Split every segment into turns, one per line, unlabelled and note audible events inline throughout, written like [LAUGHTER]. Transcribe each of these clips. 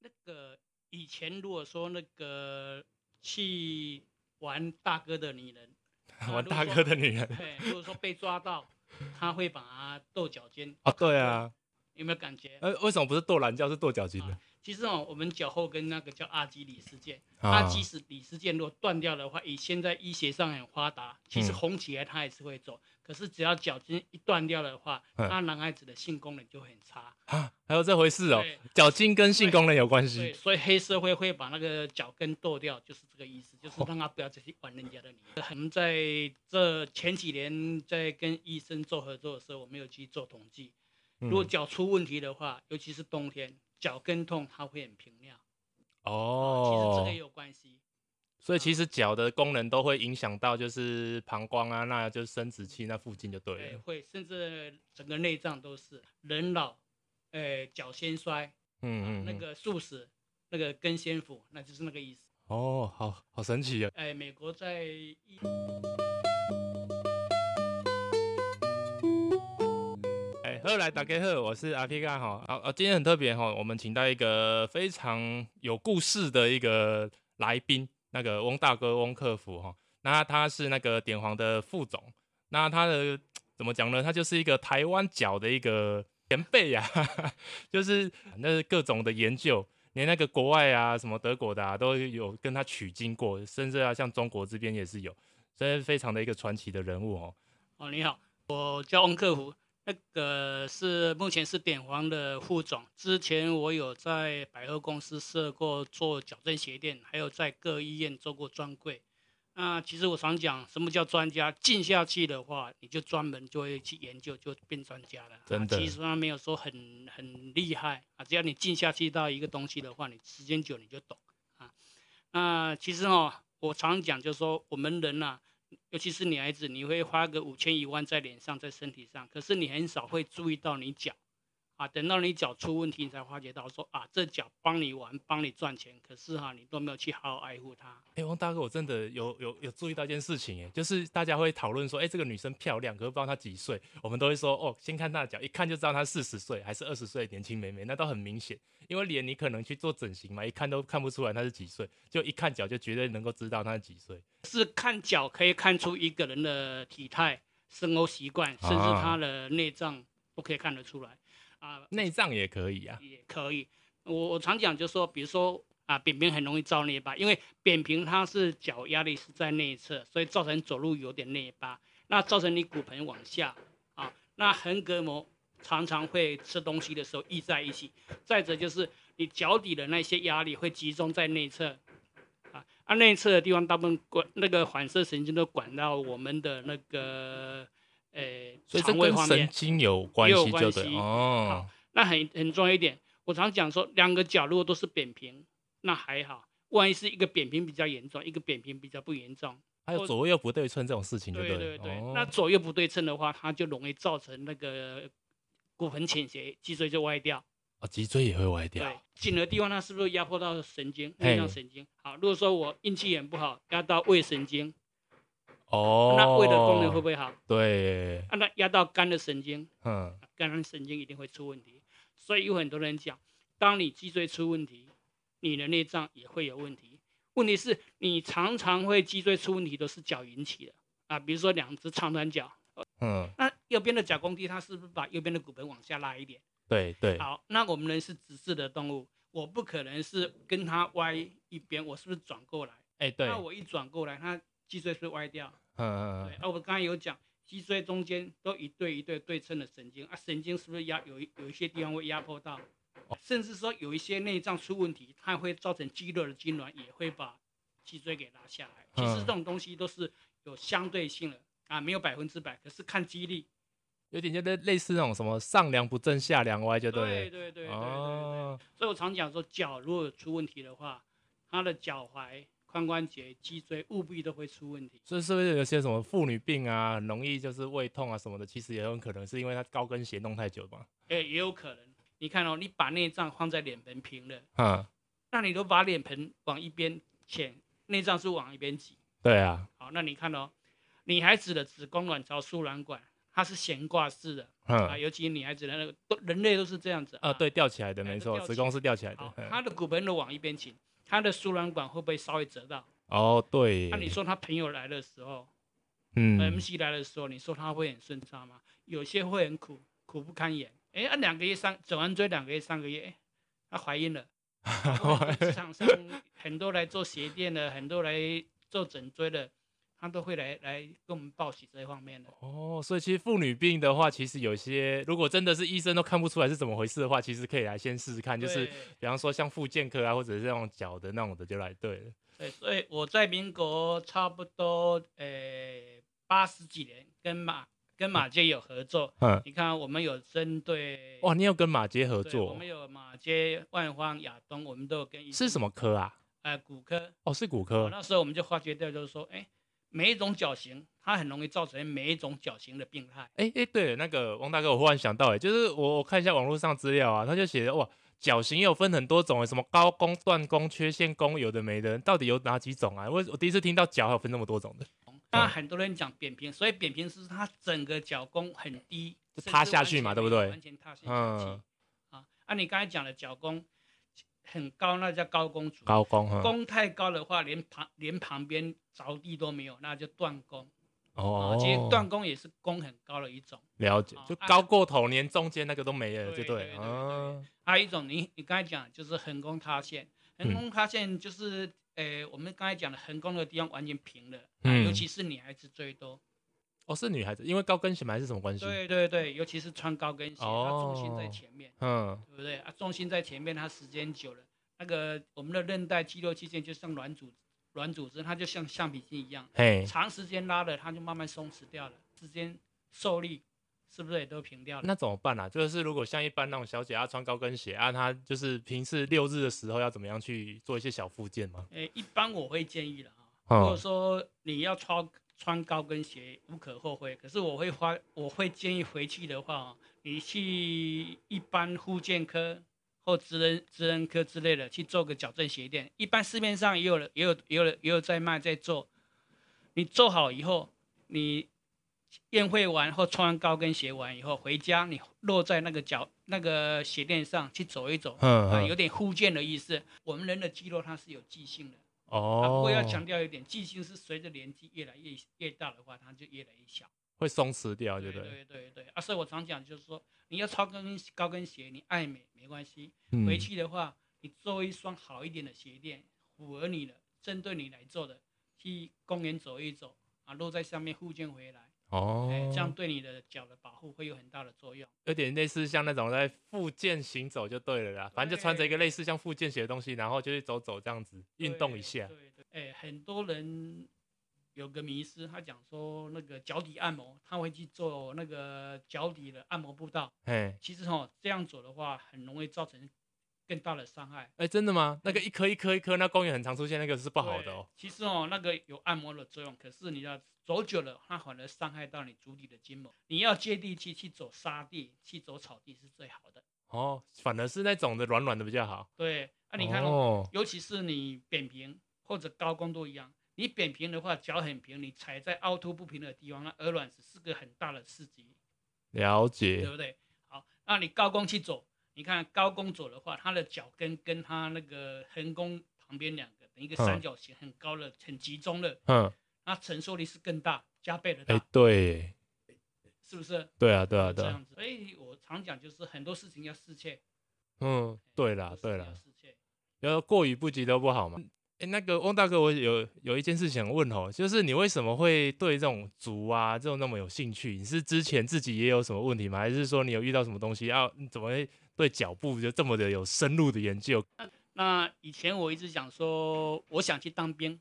那个以前如果说那个去玩大哥的女人，啊
玩
如果
大
说
哥的女人
嘿，如果说被抓
[LAUGHS]
到，他会把他跺脚尖，
啊，对啊，
有没有感觉？
呃，为什么不是跺懒觉是跺脚筋的？
其实哦，我们脚后跟那个叫阿基里斯腱，
啊
阿基斯里斯腱如果断掉的话，以现在医学上很发达，其实
嗯
红起来它也是会走。可是只要脚筋一断掉的话，
嗯
那男孩子的性功能就很差。
啊，还有这回事哦
对，
脚筋跟性功能有关
对，
系。
所以黑社会会把那个脚跟剁掉，就是这个意思，就是
哦
让他不要再去玩人家的女人。我们在这前几年在跟医生做合作的时候，我们有去做统计，
嗯
如果脚出问题的话，尤其是冬天，脚跟痛，它会很频尿。啊其实这
哦
个也，有嗯关系。
所以其实脚的功能都会影响到，就是膀胱啊，那就是生殖器那附近就对
哎，
了。
会，甚至整个内脏都是。人老，哎，脚先衰，
嗯嗯，
啊那
嗯
个猝死，那个跟先腐，那就是那个意思。
哦，好好神奇啊！
哎，美国在一
哎，后来打给贺，我是阿皮嘎哈。啊啊，今天很特别哈，我们请到一个非常有故事的一个来宾，那个翁大哥翁克福哈。那他是那个点黄的副总，那他的怎么讲呢？他就是一个台湾脚的一个前辈呀、啊， [LAUGHS] 就是那是各种的研究，连那个国外啊，什么德国的啊，都有跟他取经过，甚至啊，像中国这边也是有，所以非常的一个传奇的人物哦。
哦，你好，我叫翁克福，那个是目前是点黄的副总。之前我有在百货公司设过做矫正鞋店，还有在各医院做过专柜。那其实我常讲，什么叫专家？静下去的话，你就专门就会去研究，就变专家了。
真的
啊、其实他没有说很很厉害啊，只要你静下去到一个东西的话，你时间久你就懂啊。那其实哦，我常讲就是说，我们人啊呐、尤其是女孩子，你会花个五千一万在脸上，在身体上，可是你很少会注意到你脚，啊，等到你脚出问题，你才发觉到说啊，这脚帮你玩，帮你赚钱，可是哈、你都没有去好好爱护它。
哎、王大哥，我真的有有有注意到一件事情，哎，就是大家会讨论说，哎、这个女生漂亮，可是不知道她几岁。我们都会说，哦，先看她的脚，一看就知道她四十岁还是二十岁的年轻美眉，那倒很明显。因为脸你可能去做整形嘛，一看都看不出来她是几岁，就一看脚就绝对能够知道她是几岁。
是看脚可以看出一个人的体态、生活习惯，甚至
啊
他的内脏都可以看得出来，啊，
内脏也可以啊，
也可以。我我常讲就是说，比如说啊，扁平很容易造内八，因为扁平它是脚压力是在内侧，所以造成走路有点内八，那造成你骨盆往下啊，那横膈膜常常会吃东西的时候溢在一起。再者就是你脚底的那些压力会集中在内侧。啊，啊，内侧的地方大部分管那个反射神经都管到我们的那个，呃，
所以这
肠胃
跟
方面
神。经有关
也有
系，
关
就对
系
哦
好。那很很重要一点，我常讲说，两个角如果都是扁平，那还好；万一是一个扁平比较严重，一个扁平比较不严重，
还有左右不对称这种事情，就
对
了
对对，
哦
那左右不对称的话，它就容易造成那个骨盆倾斜，脊椎就歪掉，
哦，脊椎也会歪掉
对，紧的地方它是不是压迫到神经、
嘿
内脏神经？好，如果说我运气很不好，压到胃神经，
哦。
那胃的功能会不
会？
会好？
对，
啊，那压到肝的神经，
嗯，
肝神经一定会出问题。所以有很多人讲，当你脊椎出问题，你的内脏也会有问题。问题是你常常会脊椎出问题，都是脚引起的啊，比如说两只长短脚，
嗯，
那右边的脚弓低，它是不是把右边的骨盆往下拉一点？
对对，
好，那我们人是直视的动物，我不可能是跟它歪一边，我是不是转过来？
哎对，
那
嗯
我一转过来，它脊椎是不是歪掉。对
嗯嗯，
啊，我刚才有讲，脊椎中间都一对一对对称的神经啊，神经是不是压有一有一些地方会压迫到，
哦
甚至说有一些内脏出问题，它会造成肌肉的痉挛，也会把脊椎给拉下来。其
嗯
实这种东西都是有相对性的啊，没有百分之百，可是看肌力。
有点就类类似那种什么上梁不正下梁歪，就对了。
对对对对对。
哦，
所以我常讲说，脚如果有出问题的话，它的脚踝、髋关节、脊椎务必都会出问题。
所以是不是有些什么妇女病啊，很容易就是胃痛啊什么的，其实也很可能是因为她高跟鞋弄太久嘛。
哎、也有可能，你看哦，你把内脏放在脸盆平了。
嗯，
那你都把脸盆往一边潜，内脏是往一边挤。
对啊，
好，那你看哦，女孩子的子宫、卵巢、输卵管，它是悬挂式的啊，
嗯，
尤其女孩子的那个，都人类都是这样子
呃，对，吊起来的，没错，
哎吊
子
起
宫是吊起来的
好。，
嗯
他的骨盆都往一边倾，他的输卵管会不会稍微折到？啊
哦，对
那、，你说他朋友来的时候、呃
嗯，
MC 来的时候，你说他会很顺畅吗？有些会很苦，苦不堪言。哎，啊，两个月三走完追两个月三个月，哎，她怀孕
[LAUGHS]
了。哦我看市场上很多来做鞋垫的，很多来做整椎的，他都会来来跟我们报喜这一方面的。
哦，所以其实妇女病的话，其实有些如果真的是医生都看不出来是怎么回事的话，其实可以来先试试看，就是
对
比方说像复健科啊，或者是那种脚的那种的就来对了。
对，所以我在民国差不多呃八十几年跟马跟马街有合作。
嗯，
你看，我们有针对
哦哇，你有跟马杰合
对我
作哦
们，有马街、万方、亚东，我们都有跟医
是什
生
么科啊？
呃骨科。
哦，是骨
哦
科。
那时候我们就发觉掉，就是说，哎，每一种脚型它很容易造成每一种脚型的病态。
哎哎、诶对了，那个王大哥，我忽然想到、诶哎，就是我我看一下网络上资料啊，他就写哇，脚型也有分很多种、诶什么高弓、断弓、缺陷弓，有的没的，到底有哪几种啊？我我第一次听到脚还有分那么多种的，
那很多人讲扁平，所以扁平是它整个脚弓很低，
就
甚
塌
至
下
完
去嘛
全
对不
没有
对
完全塌下去。
嗯
啊，按你刚才讲的脚弓很高，那叫高弓足。
高弓哈，
弓太高的话，连旁连旁边着地都没有，那就断弓。
哦
啊，其实断弓也是弓很高的一种。
了解
啊，
就
啊
高过头，连中间那个都没了，就
对
对
对对
了，
对
啊，
还有一种你，你刚才讲就是横弓塌陷，横
嗯
弓塌陷就是，呃，我们刚才讲的横弓的地方完全平了，啊
嗯
尤其是女孩子最多。
哦，是女孩子，因为高跟鞋嘛还是什么关系？
对对对，尤其是穿高跟鞋，它重心在
哦
前面，
嗯，
对不对？啊，重心在前面，它时间久了，那个我们的韧带、肌肉肌腱就像软组软组织，它就像橡皮筋一样，
嘿，
长时间拉了，它就慢慢松弛掉了，时间受力是不是也都平掉了？
那怎么办啊？就是如果像一般那种小姐她穿高跟鞋啊，她就是平时六日的时候要怎么样去做一些小附件吗？
呃诶，一般我会建议了啊。如果
嗯，
说你要穿穿高跟鞋，无可厚非。可是我会花，我会建议回去的话哦，你去一般护健科或职能职能科之类的去做个矫正鞋垫。一般市面上也有了，也有也有也有在卖在做。你做好以后，你宴会完或穿完高跟鞋完以后回家，你落在那个脚那个鞋垫上去走一走，
嗯
啊，
嗯
有点护健的意思。我们人的肌肉它是有记性的。啊，不
哦
过，要强调一点，记性是随着年纪越来越越大的话，它就越来越小。
会松弛掉，对
对
不
对
对？
对对啊！所以我常讲就是说，你要穿高跟高跟鞋，你爱美没关系，
嗯
回去的话，你做一双好一点的鞋垫，符合你的，针对你来做的，去公园走一走啊，落在上面附件回来，
哦，
哎，这样对你的脚的保护会有很大的作用。
有点类似像那种在附件行走就对了啦，反正就穿着一个类似像附件鞋的东西，然后就去走走这样子，运动一下。
对对，哎、很多人有个迷思，他讲说那个脚底按摩，他会去做那个脚底的按摩步道。
嘿，
其实哦，这样做的话，很容易造成更大的伤害。
哎，真的吗？那个
嗯
一颗一颗一颗，那公园很常出现那个是不
不
好的哦。。
其实哦，那个有按摩的作用，可是你要走久了，它反而伤害到你足底的筋膜。你要接地气，去走沙地，去走草地是最好的。
哦，反而是那种的软软的比较好。
对，那、你看哦
哦，
尤其是你扁平或者高弓都一样。你扁平的话，脚很平，你踩在凹凸不平的地方，那鹅卵石是个很大的刺激，对
了解。
不对？好，那你高弓去走，你看高弓走的话，它的脚跟跟它那个横弓旁边两个，等一个
嗯
三角形很高了，很集中了，
嗯，
那承受力是更大，加倍的
哎
大，，
对耶，
是不是？
对啊，对啊，
这
对啊。
样子。所以我常讲就是很多事情要适切。
嗯，对啦
很，多事情
对啦
要，适切。
然后过于不及都不好嘛。哎，那个翁大哥，我有有一件事想问哦，就是你为什么会对这种竹啊这种那么有兴趣？你是之前自己也有什么问题吗？还是说你有遇到什么东西啊？你怎么会对脚步就这么的有深入的研究？
那以前我一直讲说，我想去当兵。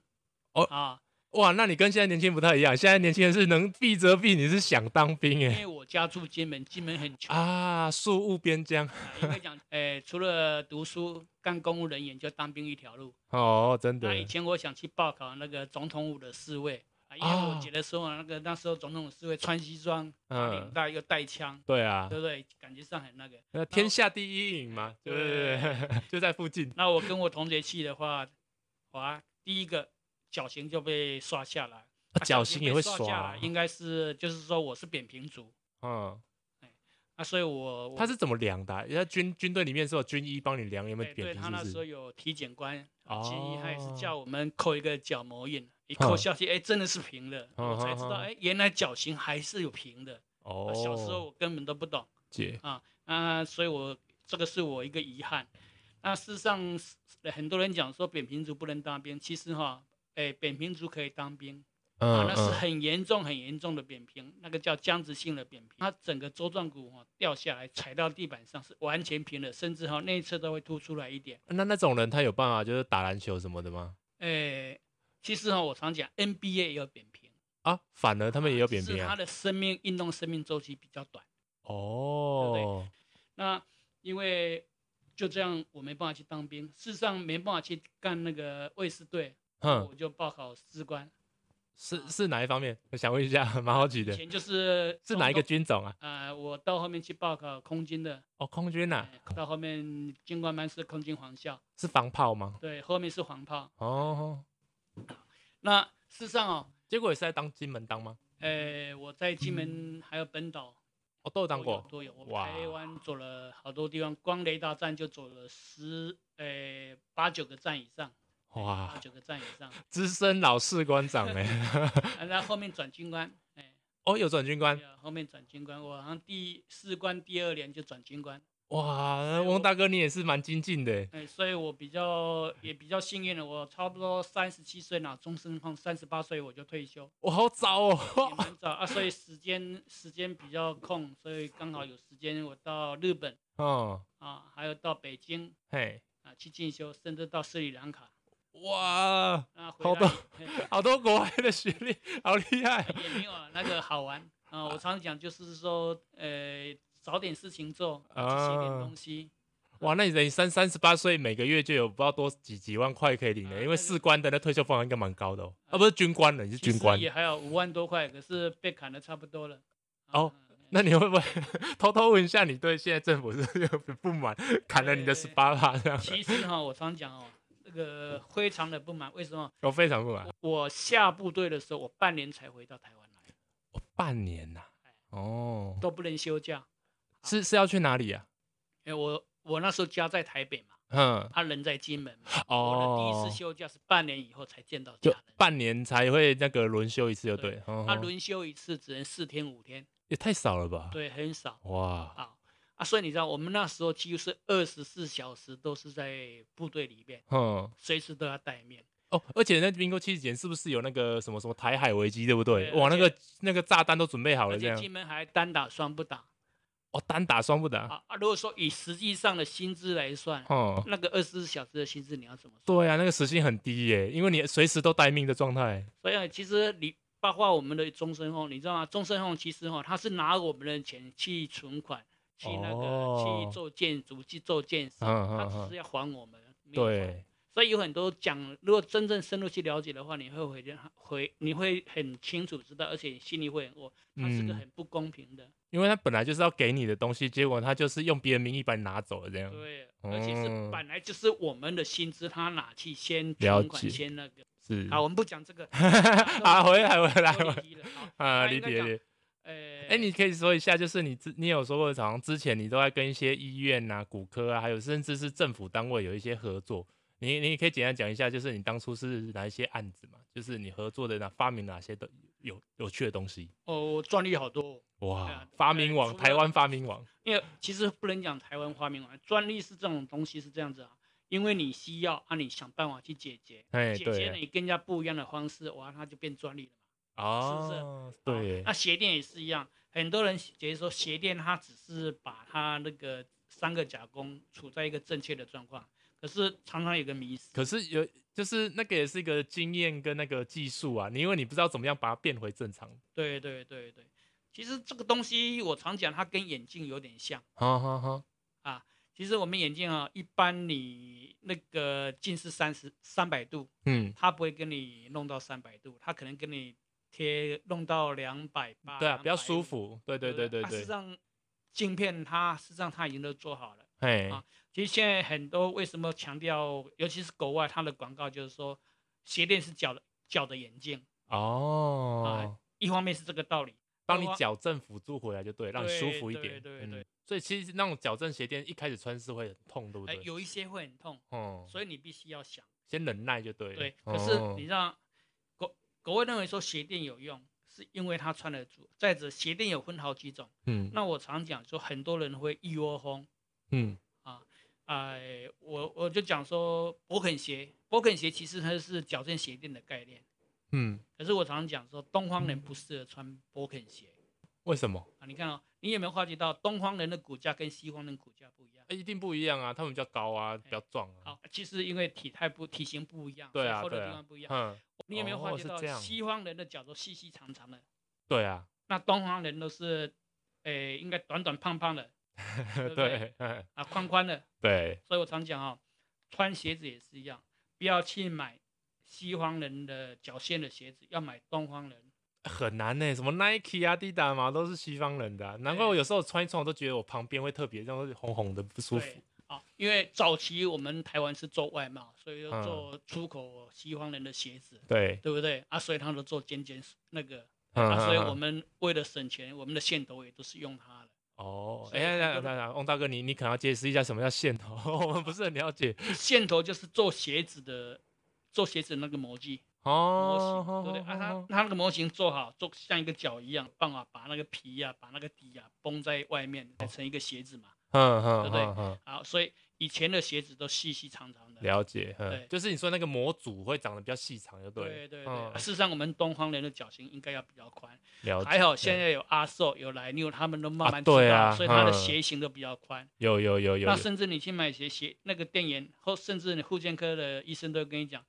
哦
啊，
哇，那你跟现在年轻人不太一样，现在年轻人是能避则避，你是想当兵
因
哎
为我家住金门，金门很穷，啊、
啊，树务边疆
应该讲，诶、除了读书干公务人员，就当兵一条路。
哦，真的
那以前我想去报考那个总统府的侍卫啊，因为我
啊
觉得说那个那时候总统侍卫穿西装，打领
嗯
带又带枪，
对啊
对，不哦对？感觉上很那个。
那天下第一营嘛，对 [LAUGHS] 对对，就在附近
那我跟我同学去的话，哇，第一个脚型就被刷下来，啊
[LAUGHS] 脚型也
被
会啊
刷下
刷
来，应该是就是说我是扁平足，
嗯，
啊，所以我我
他是怎么量的啊、人家军军队里面是有军医帮你量有没
对
有扁
对
平，
他那
是
时
不
候
是？
有体检官，啊
哦
其一他也是叫我们扣一个角膜印，一扣
嗯
下去，哎，真的是平的，
嗯
我才知道，
嗯嗯
哎，原来绞刑还是有平的。
哦
啊，小时候我根本都不懂
姐，
啊，所以我这个是我一个遗憾。那事实上，很多人讲说扁平足不能当兵，其实哈，哎，扁平足可以当兵，啊
嗯，
那是
嗯
很严重、很严重的扁平，那个叫僵直性的扁平，它整个舟状骨哈、掉下来踩到地板上是完全平的，甚至哈、内侧都会凸出来一点。
那那种人他有啊办
啊
法就是打篮球什么的吗？
诶、其实哈、我常讲 NBA 也有扁平，
啊，反而他们也有扁
只
平
是
啊
它。的生命运动生命周期比较短。
哦，
那因为就这样，我没办法去当兵，事实上没办法去干那个卫士队，
哼，
我就啊报考士官。
是是哪一方面？我想问一下，蛮好奇
以 [LAUGHS]
的，
前就是
是哪一个
中东？
军种啊？
呃，我到后面去报考空军的。
哦，空军呐、
哎到后面军官班是空军黄校，
是防炮吗？
对，后面是黄炮。
哦，
那事实上哦，
结果也是在当金门当吗？
呃，我在金门还有本岛
哦，都
都
有当
有
过，
都有，我
哇
台湾走了好多地方，光雷达站就走了十呃八九个站以上，哎八
哇，
九个站以上。 [LAUGHS]
资深老士官长哎、
啊然后后面转军官，哎，
哦，有转军官
对，啊后面转军官，我好像第士官第二年就转军官，
哇，那
我
翁大哥你也是蛮精进的欸、
哎，所以我比较也比较幸运了，我差不多三十七岁拿终身俸，三十八岁我就退休。
我好早哦，
也蛮早啊，所以时间时间比较空，所以刚好有时间，我到日本
[LAUGHS] 哦，
啊，还有到北京
嘿，
啊去进修，甚至到斯里兰卡
哇，
啊回
好
来
多 [LAUGHS] 好多国外的学历，好厉害哦
也没有啊那个好玩啊。我常常讲就是说，呃，找点事情做，去写点
啊
东西。
[LAUGHS] 哇！那你等于三三十八岁，每个月就有不知道多几几万块可以领
啊
了，因
那
为
个
士官的那退休俸应该蛮高的哦，啊，不是军官了，你是
其
军
实
官，
也还有五万多块，可是被砍的差不多了。啊
哦，那你会不会偷偷问一下，你对现在政府是不是有不满，砍了你的十八趴这样？
其实哈，我常讲哦，这个非常的不满，为什么？
我非常不满，
我下部队的时候，我半年才回到台湾来，
我半年呐、哦，
都不能休假。
是是要去哪里啊？
因为我我那时候家在台北嘛，
嗯，
他人在金门嘛。我的
哦
第一次，休假是半年以后才见到家
就
人。
半年才会那个轮休一次，就对
对
了，哦
他啊轮休一次只能四天五天，
也太少了吧？
对，很少
哇，
啊啊！所以你知道，我们那时候几乎是二十四小时都是在部队里面，
嗯，
随时都要待命。
哦，而且那民国七十几年是不是有那个什么什么台海危机，对不对？
对
哇，
而
那
且
个那个炸弹都准备好
而
了，这
且
样
金门还单打双不打
哦，单打双不打，
啊啊！如果说以实际上的薪资来算，
哦，
那个二十四小时的薪资你要怎么算？
对啊，那个时薪很低耶，因为你随时都待命的状态，
所以啊其实你包括我们的终身后，你知道吗？终身后其实哈，哦他是拿我们的钱去存款，去那个、
哦
去做建筑，去做建设，
嗯嗯
他
嗯
只是要还我们。没有还，
对，
所以有很多讲，如果真正深入去了解的话，你会回回，你会很清楚知道，而且你心里会很，我哦它是个
嗯
很不公平的，
因为他本来就是要给你的东西，结果他就是用别人名义把你拿走了，这样。
对，而且是
嗯
本来就是我们的薪资，他拿去先
了
存款，
解
先那个。
是
好，我们不讲
[LAUGHS]
这个
啊，回来回来
脱
回
离题
来
了。好，
啊，
那
理
应该
解
讲
理解。
呃，
哎、你可以说一下，就是你之你有说过，好像之前你都在跟一些医院啊、骨科啊，还有甚至是政府单位有一些合作。你你可以简单讲一下，就是你当初是哪一些案子嘛？就是你合作的哪发明哪些的有有趣的东西？
哦，我赚利好多哦、对
哇
啊，
发明王，
除
台
了
湾发明王，
因为其实不能讲台湾发明完，专利是这种东西是这样子啊，因为你需要啊，你想办法去解决，
哎，
解决
对，
你跟人家不一样的方式，哇，它就变专利了嘛。啊
哦，对
那，鞋垫也是一样，很多人觉得说鞋垫它只是把它那个三个甲弓处在一个正确的状况，可是常常有个迷失。
可是有就是那个也是一个经验跟那个技术啊，你因为你不知道怎么样把它变回正常。
对对对对，其实这个东西我常讲，它跟眼镜有点像。
好好好，
其实我们眼镜啊，一般你那个近视三十三百度，
嗯，
他不会跟你弄到三百度，他可能跟你贴弄到两百八。
对啊，比较
250
舒。服，对对
对不对
对对
啊事
对
实，上，镜片它事实上它已经都做好了。
哎，
啊其实现在很多为什么强调，尤其是国外，它的广告就是说，鞋垫是脚的脚的眼镜。
哦，
哎一方面是这个道理，
帮你矫正辅助回来就对，让你舒服一
对
点。
对
嗯
对
所以其实那种矫正鞋垫一开始穿是会很痛，对不
哎，
对？
有一些会很痛，
哦，
所以你必须要想。
先忍耐就对了。
对，可是
哦
你知道，国国外认为说鞋垫有用，是因为它穿得住。再者，鞋垫有分好几种。
嗯
那我常讲说，很多人会一窝蜂。
嗯
哎、我我就讲说勃肯鞋，勃肯鞋其实它是矫正鞋垫的概念。
嗯，
可是我常常讲说，东方人不适合穿勃肯鞋
为什么？
啊。你看哦，你有没有发觉到东方人的骨架跟西方人骨架不一样？
哎一定不一样啊，他们比较高啊，比较壮啊。
哎好，其实因为体态不体型不一样，
对
所
啊
以厚的
对啊
地方不一样。
嗯，
你有没有发
哦
觉
是
到
这样
西方人的脚都细细长长的，
对啊，
那东方人都是，诶、应该短短胖胖的对不对
[LAUGHS] 对嗯
啊，宽宽的。
对，
所以我常讲哦，穿鞋子也是一样，不要去买西方人的脚线的鞋子，要买东方人。
很难呢、什么 Nike 啊、Adidas 嘛，都是西方人的啊、难怪我有时候穿一穿，我都觉得我旁边会特别这样红红的不舒服
对。啊，因为早期我们台湾是做外贸，所以就
嗯
做出口西方人的鞋子，
对，
对不对？啊，所以他们都做尖尖那个，
嗯
啊，所以
嗯嗯
我们为了省钱，我们的线头也都是用它的。
哦，
所
哎
以
呀
很
呀
多
呀，翁大哥，你你可能要解释一下什么叫线头， [LAUGHS] 我们不是很了解
线头就是做鞋子的，做鞋子那个模具模型，
哦，
对不对？啊，
哦
它它那个模型做好，做像一个脚一样，办法把那个皮啊呀、把那个底呀、绷在外面，才成一个鞋子嘛。
嗯
对
嗯
不对
嗯嗯，
啊，所以以前的鞋子都细细长长的。
了解，嗯
对，
就是你说那个模组会长得比较细长，就
对对
对，
对，
嗯
啊事实上我们东方人的脚型应该要比较宽，
了
还
解，嗯
好现在有阿寿、有莱妞，他们都慢
啊
慢知道，
对啊
所以他的
嗯
鞋型都比较宽。
有有有有
那
有，
甚至你去买鞋，鞋那个店员或甚至你护健科的医生都跟你讲，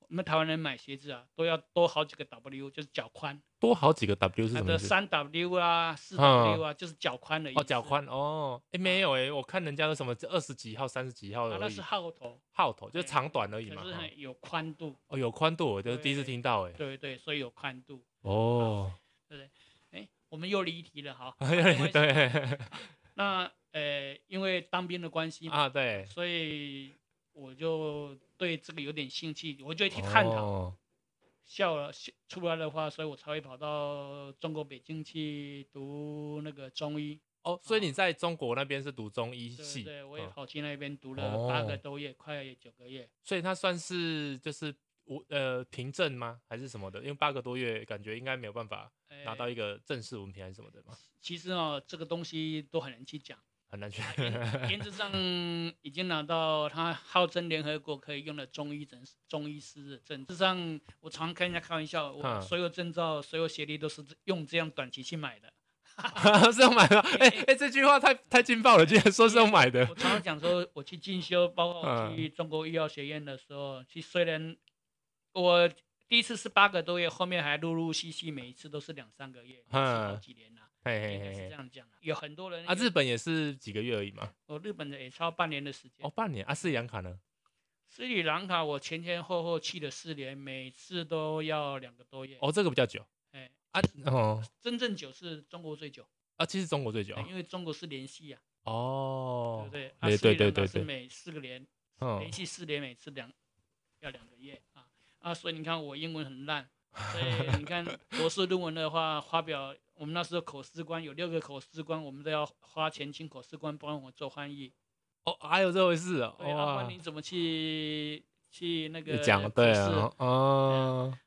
我们台湾人买鞋子啊，都要多好几个 W，就是脚宽，
多好几个 W 是
它
什么
的
意思？
三 W 啊、四 W 啊，就是脚宽啊的意思。
哦，脚。宽哦，哎没有哎，我看人家都什么二十几号、三十几号
嗯啊，
而
那
已
是，号头，
号头就
哎
长短而已嘛
可是，
哈
很有宽度，
哦有宽度，我就是第一
对
次听到哎，
对对，所以有宽度。
哦，。
哎，我们又离题了哈
[LAUGHS]
没关系
对
那呃，因为当兵的关系嘛，
[LAUGHS] 啊对，
所以我就对这个有点兴趣，我就会去探讨。
哦
笑了笑出来的话，所以我才会跑到中国北京去读那个中医。
哦，所以
啊
你在中国那边是读中医
对
系，
对，我也
嗯
跑去那边读了八
哦
个多月，快九个月。
所以它算是就是无呃凭证吗？还是什么的？因为八个多月，感觉应该没有办法
哎
拿到一个正式文凭还是什么的嘛，
其实哦，这个东西都很难去
[LAUGHS]
讲。
很难去。
啊原
[LAUGHS]
原则上已经拿到他号称联合国可以用的中医诊中医师的证。事实上，我常跟人家开玩笑，
嗯
我所有证照、所有学历都是用这样短期去买的。
是要买
[LAUGHS]
的，哎、哎、这句话太太劲爆了，居然说是要买的
我常常讲说，我去进修，包括我
嗯
去中国医药学院的时候，去虽然我第一次是八个多月，后面还陆陆续续每一次都是两三个月，
嗯
是好几年啦、
嘿
应
嘿
该
嘿
是这
嘿。
样讲啊。有很多人
啊，
有
日本也是几个月而已嘛，
我日本的也超半年的时间
哦，。半年啊，斯里兰卡呢？
斯里兰卡我前前后后去了四年，每次都要两个多月。
哦，这个比较久
哎，
啊，哦
真正久是中国最久，
啊，其实中国最久
哎因为中国是连续啊，对
哦
不，对？啊
对
斯里
对对
兰卡
对
是
对，
每四个连
嗯
连，续四年，每次两要两个月啊啊，所以你看我英文很
[LAUGHS]
烂，所以你看博士论文的话，发表我们那时候口试官有六个口试官，我们都要花钱请口试官帮我做翻译。
哦，还有这回事哦，
对，啊，不然
哇
你，怎么去去那个
你讲对
口试
啊，哦。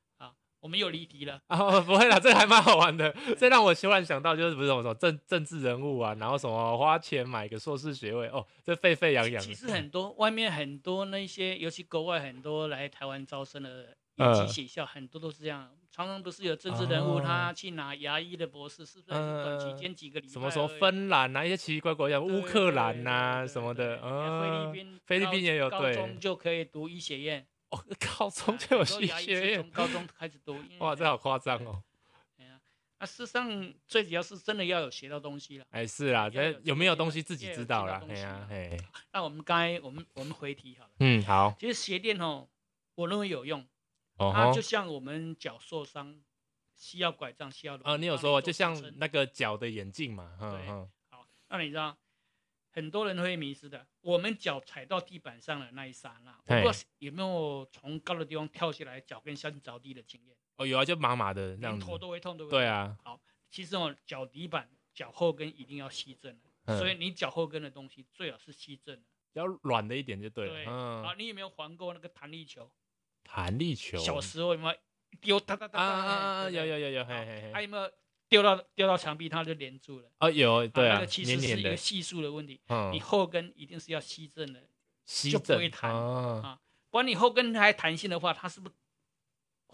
我们又离题
[LAUGHS]
了。
啊，不会啦，这个还蛮好玩的。这让我突然想到，就是不是什么什么政政治人物啊，然后什么花钱买个硕士学位，哦，这沸沸扬嗯扬的。
其实很多外面很多那些，尤其国外很多来台湾招生的
嗯
一级学校，很多都是这样。常常不是有政治人物
哦
他去拿牙医的博士，是不是短
嗯
期间几个礼拜而已？
什么什么芬兰啊，一些奇奇怪怪的，
对
乌克兰
对
呐、
对对
什么的，
对
嗯，
菲律宾
菲律
高
宾也有
高
对
中就可以读医学
[LAUGHS]
院，
哦，
[LAUGHS]
高中
啊
就有
很多
戏
牙医
学
是
院
从，高中开始读。因为
哇，这好夸张哦。
哎呀啊，事实上最主要是真的要有学到东西了。
哎，是
[LAUGHS]
啊，
要有这
这有
个
没有
地方
东西自己
要有
知
这
道
个
啦？
东
哎
西
呀
啊，
嘿，
那我们刚才我们我们回题好了，
嗯，
[LAUGHS]
好，
其实鞋垫哦，我认为有用。
哦
它
吼
就，像我们脚受伤，需要拐杖，需要轮
啊，你有
帮
说
做
就
支
像
撑
那个脚的眼镜嘛，嗯
对
嗯，
好，那你知道很多人会迷失的。我们脚踩到地板上的那一刹那，我不知道
嘿
有没有从高的地方跳下来，脚跟下去着地的经验，
哦，有啊，就麻麻的这样
连
子，
头都会痛，对不对？
对啊，
其实哦，脚底板、脚后跟一定要吸震的，
嗯
所以你脚后跟的东西最好是吸震的。
比较软的一点就对了。
对啊
嗯，， [LAUGHS]
你有没有玩过那个弹力球？
弹力球，
小时候有没有一丢哒哒哒
啊
哒？
啊
哎
啊啊！
对
有
不对
有有有，嘿
好
嘿
啊
嘿，
有没有丢到丢到墙壁，它就连住了？
啊有对
那
啊
个，其
黏
实是
黏
一个
的，
系数的问题，
嗯
你，后跟一定是要吸震的，
吸
就不会
震
弹
啊
啊不然你后跟还弹性的话，它是不是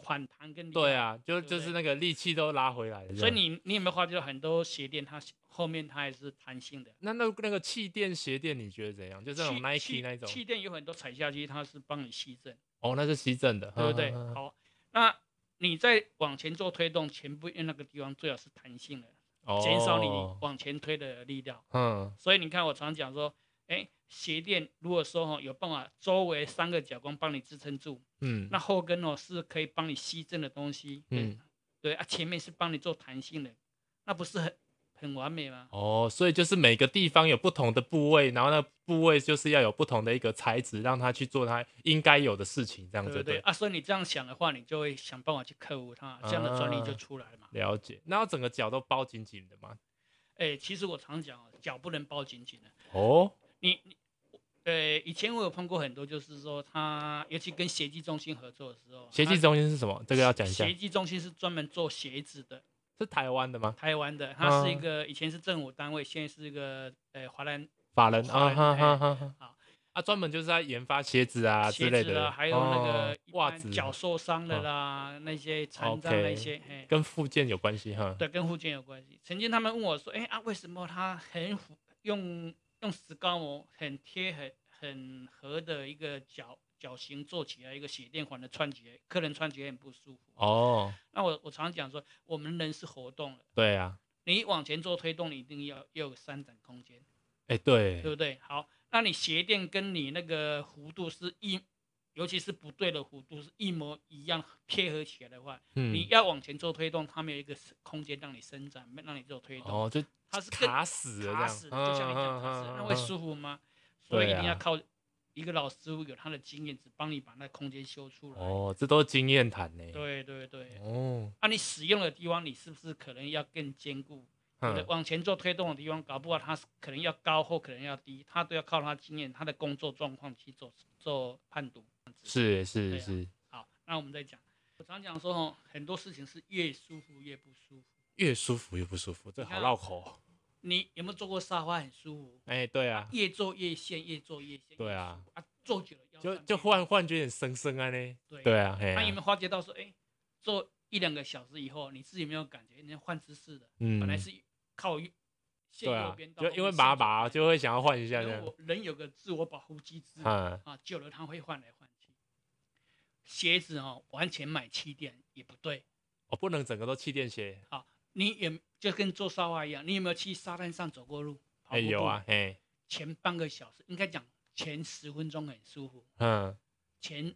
反弹更厉害
对，啊，
对
就
不
就是
对
那个力气都拉回来了这样。
所以你你有没有发觉到很多鞋垫它后面它也是弹性的？
那那那个气垫鞋垫你觉得怎样？就是那种
气
Nike
气
那一种，
气垫有很多踩下去，它是帮你吸震，
哦，那是吸震的，
对不对？
嗯嗯嗯
好，那你再往前做推动，前部那个地方最好是弹性的，
哦
减少你哦往前推的力量。
嗯
所以你看，我常讲说，哎，鞋垫如果说哦有办法周围三个脚弓帮你支撑住，
嗯
那后跟哦是可以帮你吸震的东西，对
嗯，
对啊，前面是帮你做弹性的，那不是很很完美吗？
哦，所以就是每个地方有不同的部位，然后那部位就是要有不同的一个材质，让它去做它应该有的事情，这样
对
子
不对？啊，所以你这样想的话，你就会想办法去克服它，这样的专利就
啊
出来了嘛。
了解，那要整个脚都包紧紧的嘛？
哎、其实我常讲哦，脚不能包紧紧的。
哦，
你你，呃，以前我有碰过很多，就是说他，尤其跟协技中心合作的时候，
鞋技
它
中心是什么？这个要讲一下
协，技中心是专门做鞋子的，
是台湾的吗？
台湾的，它是一
啊
个、以前是政府单位，现在是一个呃华南
法人
华
啊，
人
哈
哎
哈哈哈
好。
啊，专门就是在研发鞋子啊之
鞋
类
子
的，
啦，还有那
哦
个一
袜
般
子，
脚受伤的
嗯
啦，那些残障那
OK
些，嘿，
跟附件有关系哈。
对，跟护肩有关系。曾经他们问我说，哎啊，为什么他很符用用石膏模很贴很很合的一个脚脚型做起来一个鞋垫款的穿起来，客人穿起来很不舒服。
哦，
那我我常讲说，我们人是活动的，
对啊，
你往前做推动，你一定要要有伸展空间。
哎、对
对，不对？好，那你鞋垫跟你那个弧度是一，尤其是不对的弧度是一模一样贴合起来的话，你
嗯，
要往前做推动，它没有一个是空间让你伸展，让你做推动，
哦，就
它是更
卡死了这样，嗯
卡死的，就像你讲卡死的，那会
输。
舒服吗？所以一
对
定要
啊
靠一个老师傅有他的经验，只帮你把那空间修出来。
哦，这都是经验谈呢。，
对对对，
哦，
那、你使用的地方，你是不是可能要更坚固？有的
嗯，
往前做推动的地方，搞不好他是可能要高或可能要低，他都要靠他经验、他的工作状况去做做判读。
是是
对啊
是，
好，那我们再讲。我常讲说哦，很多事情是越舒服越不舒服。
越舒服越不舒服，这
你
好
看
绕口哦。
你有没有坐过沙发很舒服？
哎、对啊，
越坐越陷，越坐越陷。
对
越
啊
舒服，啊，坐久了腰
就
酸
就
背
忽然忽然觉得很生生啊呢。
痛。
对
对。
啊，嘿
那、有没
啊，
有发觉到说，哎、坐一两个小时以后，你自己有没有感觉，你换姿势的，
嗯
本来是靠右陷
对
右
啊
边，到
就
后
因为
面
麻
陷左
麻
边
就会想要换一下这
人
样
我。人有个自我保护机制
嗯，
啊，久了他会换来换去。鞋子哦，完全买气垫也不对。
我哦不能整个都气垫鞋。
你也就跟坐沙发一样，你有没有去沙滩上走过路？跑
哎、
过
有
步
啊，，嘿，
前半个小时应该讲前十分钟很舒服，
嗯，
前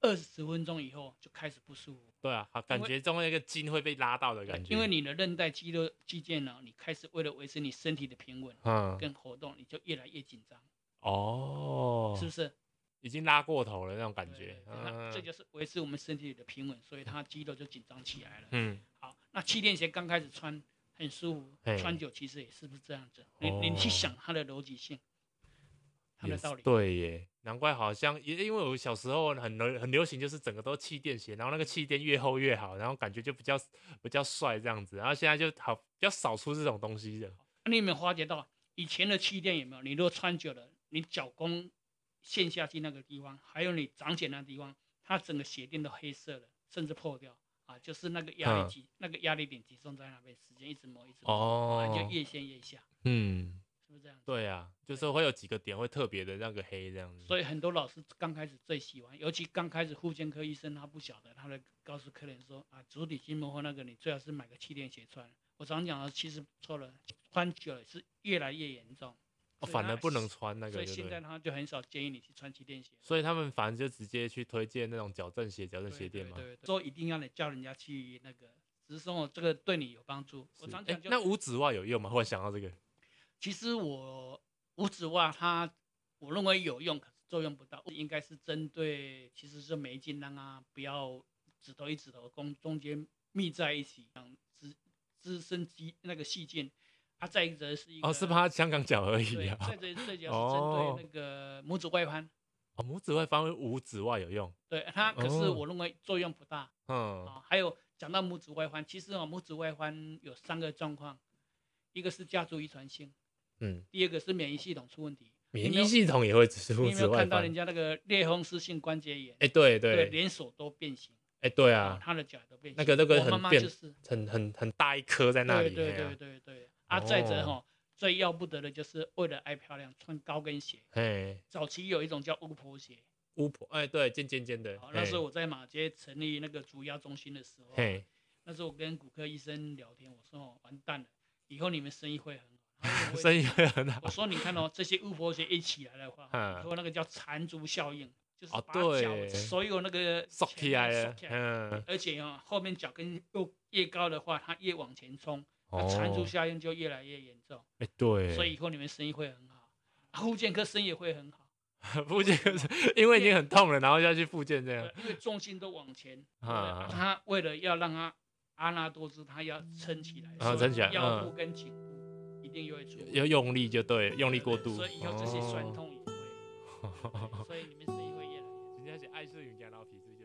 二十分钟以后就开始不舒服，
对啊，好，感
为
觉中那个筋会被拉到的感觉。
因为，你的韧带、肌肉、肌腱呢，你开始为了维持你身体的平稳
嗯，
跟活动，你就越来越紧张，
哦
是，不是？
已经拉过头了那种感
对
觉
对。对那这
嗯
就是维持我们身体的平稳，所以它肌肉就紧张起来了。
嗯，
好，那气垫鞋刚开始穿很舒服，
嘿
穿久其实也是不是这样子？你你去
哦
想它的逻辑性，它
也
的
是
道理。
对耶，难怪好像也因为我小时候很流很流行，就是整个都气垫鞋，然后那个气垫越厚越好，然后感觉就比较比较帅这样子，然后现在就好比较少出这种东西了。
那你有没有发觉到以前的气垫有没有？你如果穿久了，你脚弓陷下去那个地方，还有你掌茧那地方，它整个鞋垫都黑色的，甚至破掉啊，就是那个压
嗯
力集、那个压力点集中在那边，时间一直磨一直磨，啊
哦，
就越陷越下，
嗯，
是不是这样子？
对啊，就是会有几个点会特别的那个黑这样子。
所以很多老师刚开始最喜欢，尤其刚开始护健科医生他不晓得，他会告诉客人说啊，足底筋膜或那个你最好是买个气垫鞋穿。我常讲的其实错了，穿久了是越来越严重，
哦
所以
反
他
而不能穿那
所
个，
以
对
现
不
在
对？
他就很少建议你去穿气垫鞋。
所以他们反正就直接去推荐那种矫正鞋、矫正
对
鞋
对
垫嘛。
对对，说一定要你叫人家去那个，只是说我这个对你有帮助。我
是
常
哎
讲，就
那无指袜有用吗？忽然想到这个，
其实我五指袜它，我认为有用，可是作用不大，应该是针对其实是霉菌，让它不要指头与指头中中间密在一起，让指滋生鸡那个细菌，啊，再一则是一个
哦，是怕香港脚而已
对，
啊。
再者这脚
哦
是针对那个拇指外翻，
哦，拇指外翻无指外有用。
对它可是
哦
我认为作用不大
哦
嗯，
啊。还有讲到拇指外翻，其实哦，拇指外翻有三个状况，一个是家族遗传性，
嗯，
第二个是免疫系统出问题，
免
你有
疫系统也会指
你
拇
有没
指
有
外
看到
翻
人。家那个类风湿性关节炎？
哎，对
对，
对，
连手都变形
哎对
啊
啊，，
他的脚都变形。
那个那个
我妈
很
妈
变
就是，
很很很大一颗在那
对
里。嘿
对
啊
对对对。啊，再者
哦
哈，最要不得的就是为了爱漂亮穿高跟鞋。
嘿，
早期有一种叫巫婆鞋，
巫婆，哎，对，尖尖尖的
好，。那
嘿
时候我在马街成立那个足压中心的时候，
嘿，
那时候我跟骨科医生聊天，我说哦，完蛋了，以后你们生意会很好。他说我
[LAUGHS] 生意会很好
我。说你看哦，这些巫婆鞋一起来的话，
嗯
你说那个叫缠足效应，就是
哦
把脚
对
所有那个
缩
前
起来
面
了
缩，
嗯，
而且哦，后面脚跟又越高的话，它越往前冲，它
嗯
哦
缠足效应就越来越严重。
哎、对，
所以以后你们生意会很好，啊，护健科生意也会很好，
[LAUGHS] 附件因为已经很痛了，然后要去附件这样
对，因为重心都往前。对
嗯啊
他为了要让他阿纳多姿，他要撑起来，
啊
所以
撑起来
腰
嗯
部跟颈部一定又会出问题，
要用力就对，用力
对
过
对
度。
所
[LAUGHS]
以以后这些酸
哦
痛也会，对所以你们生意会越来越好。
人家是爱是人家老皮是。